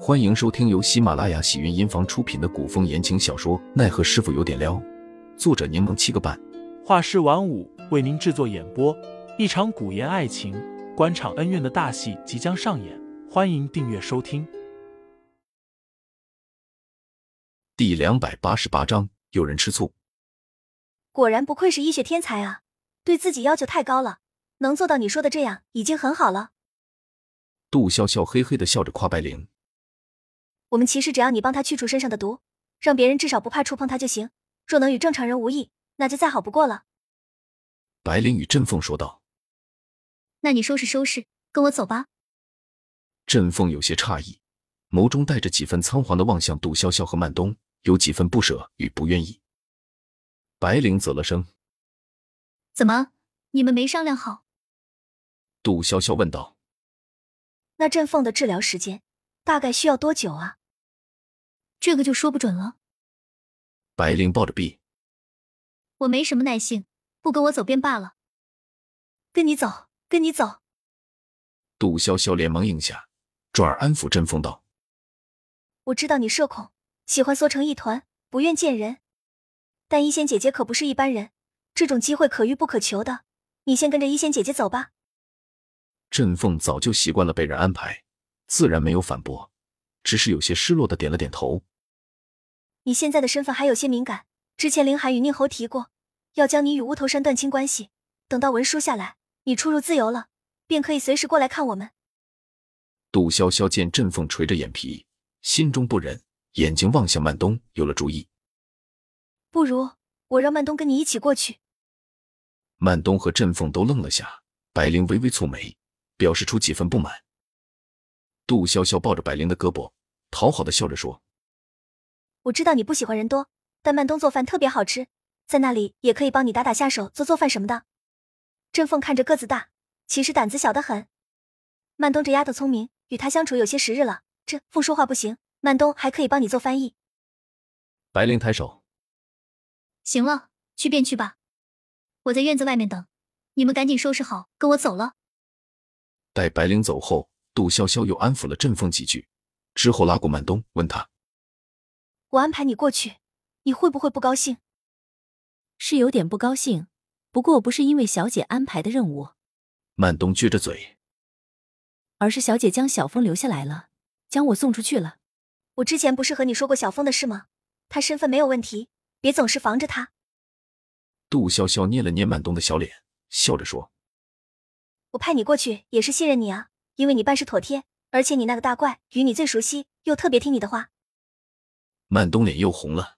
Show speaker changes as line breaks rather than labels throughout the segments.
欢迎收听由喜马拉雅喜云音房出品的古风言情小说《奈何师傅有点撩》，作者柠檬七个半，
画师晚舞为您制作演播。一场古言爱情、官场恩怨的大戏即将上演，欢迎订阅收听。
第两百八十八章，有人吃醋。
果然不愧是医学天才啊，对自己要求太高了，能做到你说的这样已经很好了。
杜潇潇嘿嘿的笑着夸白灵，
我们其实只要你帮他去除身上的毒，让别人至少不怕触碰他就行。若能与正常人无异，那就再好不过了。
白灵与振凤说道。
那你收拾收拾，跟我走吧。
振凤有些诧异，眸中带着几分仓皇的望向杜潇潇和曼东，有几分不舍与不愿意。白灵啧了声，
怎么，你们没商量好？
杜潇潇问道。
那振凤的治疗时间大概需要多久啊？这个就说不准了。
白灵抱着臂，
我没什么耐性，不跟我走便罢了。跟你走，跟你走。
杜潇潇连忙应下，转而安抚振凤道
我知道你社恐，喜欢缩成一团，不愿见人。但一仙姐姐可不是一般人，这种机会可遇不可求的。你先跟着一仙姐姐走吧。：“
振凤早就习惯了被人安排，自然没有反驳，只是有些失落的点了点头。
你现在的身份还有些敏感，之前林寒与宁侯提过，要将你与乌头山断清关系。等到文书下来，你出入自由了，便可以随时过来看我们。
杜潇潇见振凤垂着眼皮，心中不忍，眼睛望向曼东，有了主意。
不如我让曼东跟你一起过去。
曼东和振凤都愣了下，白灵微微蹙眉，表示出几分不满。杜潇潇抱着白灵的胳膊，讨好的笑着说
我知道你不喜欢人多，但曼东做饭特别好吃，在那里也可以帮你打打下手，做做饭什么的。郑凤看着个子大，其实胆子小得很。曼东这丫头聪明，与她相处有些时日了。这凤说话不行，曼东还可以帮你做翻译。：“
白灵抬手。
行了，去便去吧，我在院子外面等，你们赶紧收拾好，跟我走了。”
待白灵走后，杜潇潇又安抚了振凤几句，之后拉过曼东，问他
我安排你过去，你会不会不高兴？
是有点不高兴，不过不是因为小姐安排的任务，
曼东撅着嘴，
而是小姐将小峰留下来了，将我送出去了。
我之前不是和你说过小峰的事吗？他身份没有问题，别总是防着他。
杜潇潇捏了捏曼东的小脸，笑着说
我派你过去也是信任你啊，因为你办事妥帖，而且你那个大怪与你最熟悉，又特别听你的话。：“
曼东脸又红了。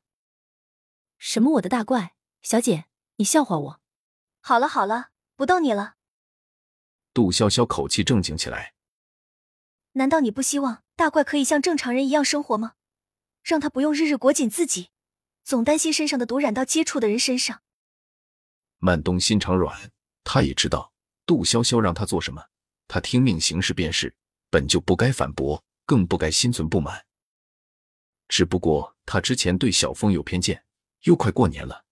什么我的大怪，小姐，你笑话我？
好了好了，不逗你了。”
杜潇潇口气正经起来，
难道你不希望大怪可以像正常人一样生活吗？让他不用日日裹紧自己，总担心身上的毒染到接触的人身上。
曼东心肠软，他也知道杜潇潇让他做什么，他听命行事便是，本就不该反驳，更不该心存不满。只不过他之前对小峰有偏见，又快过年了，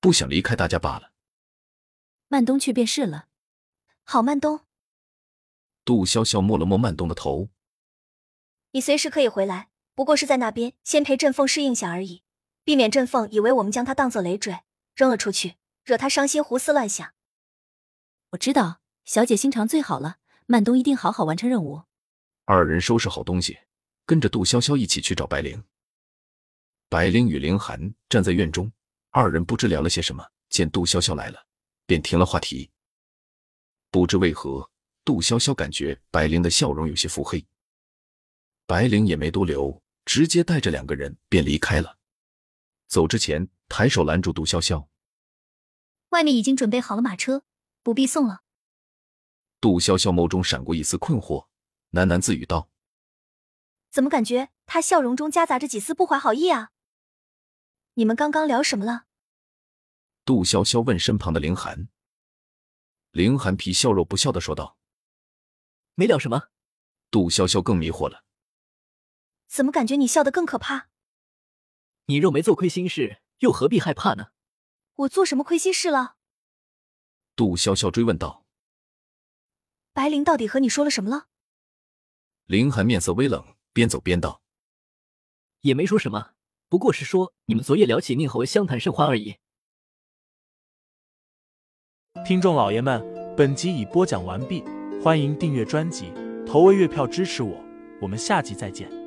不想离开大家罢了。
曼东去便是了。
好，曼东，
杜潇潇摸了摸曼东的头，
你随时可以回来，不过是在那边先陪振凤适应下而已，避免振凤以为我们将他当做累赘扔了出去，惹他伤心胡思乱想。
我知道，小姐心肠最好了，曼东一定好好完成任务。
二人收拾好东西，跟着杜潇潇一起去找白灵。白灵与凌寒站在院中，二人不知聊了些什么，见杜潇潇来了，便停了话题。不知为何，杜潇潇感觉白灵的笑容有些腹黑。白灵也没多留，直接带着两个人便离开了。走之前，抬手拦住杜潇潇，
外面已经准备好了马车，不必送了。
杜潇潇眸中闪过一丝困惑，喃喃自语道
怎么感觉他笑容中夹杂着几丝不怀好意啊？你们刚刚聊什么了？：“
杜潇潇问身旁的凌寒。”凌寒皮笑肉不笑的说道。
没聊什么，
杜潇潇更迷惑了。
怎么感觉你笑得更可怕？
你若没做亏心事，又何必害怕呢？
我做什么亏心事了？
杜潇潇追问道。
白灵到底和你说了什么了？
林寒面色微冷，边走边道
也没说什么，不过是说你们昨夜聊起宁侯相谈甚欢而已。
听众老爷们，本集已播讲完毕，欢迎订阅专辑，投喂月票支持我，我们下集再见。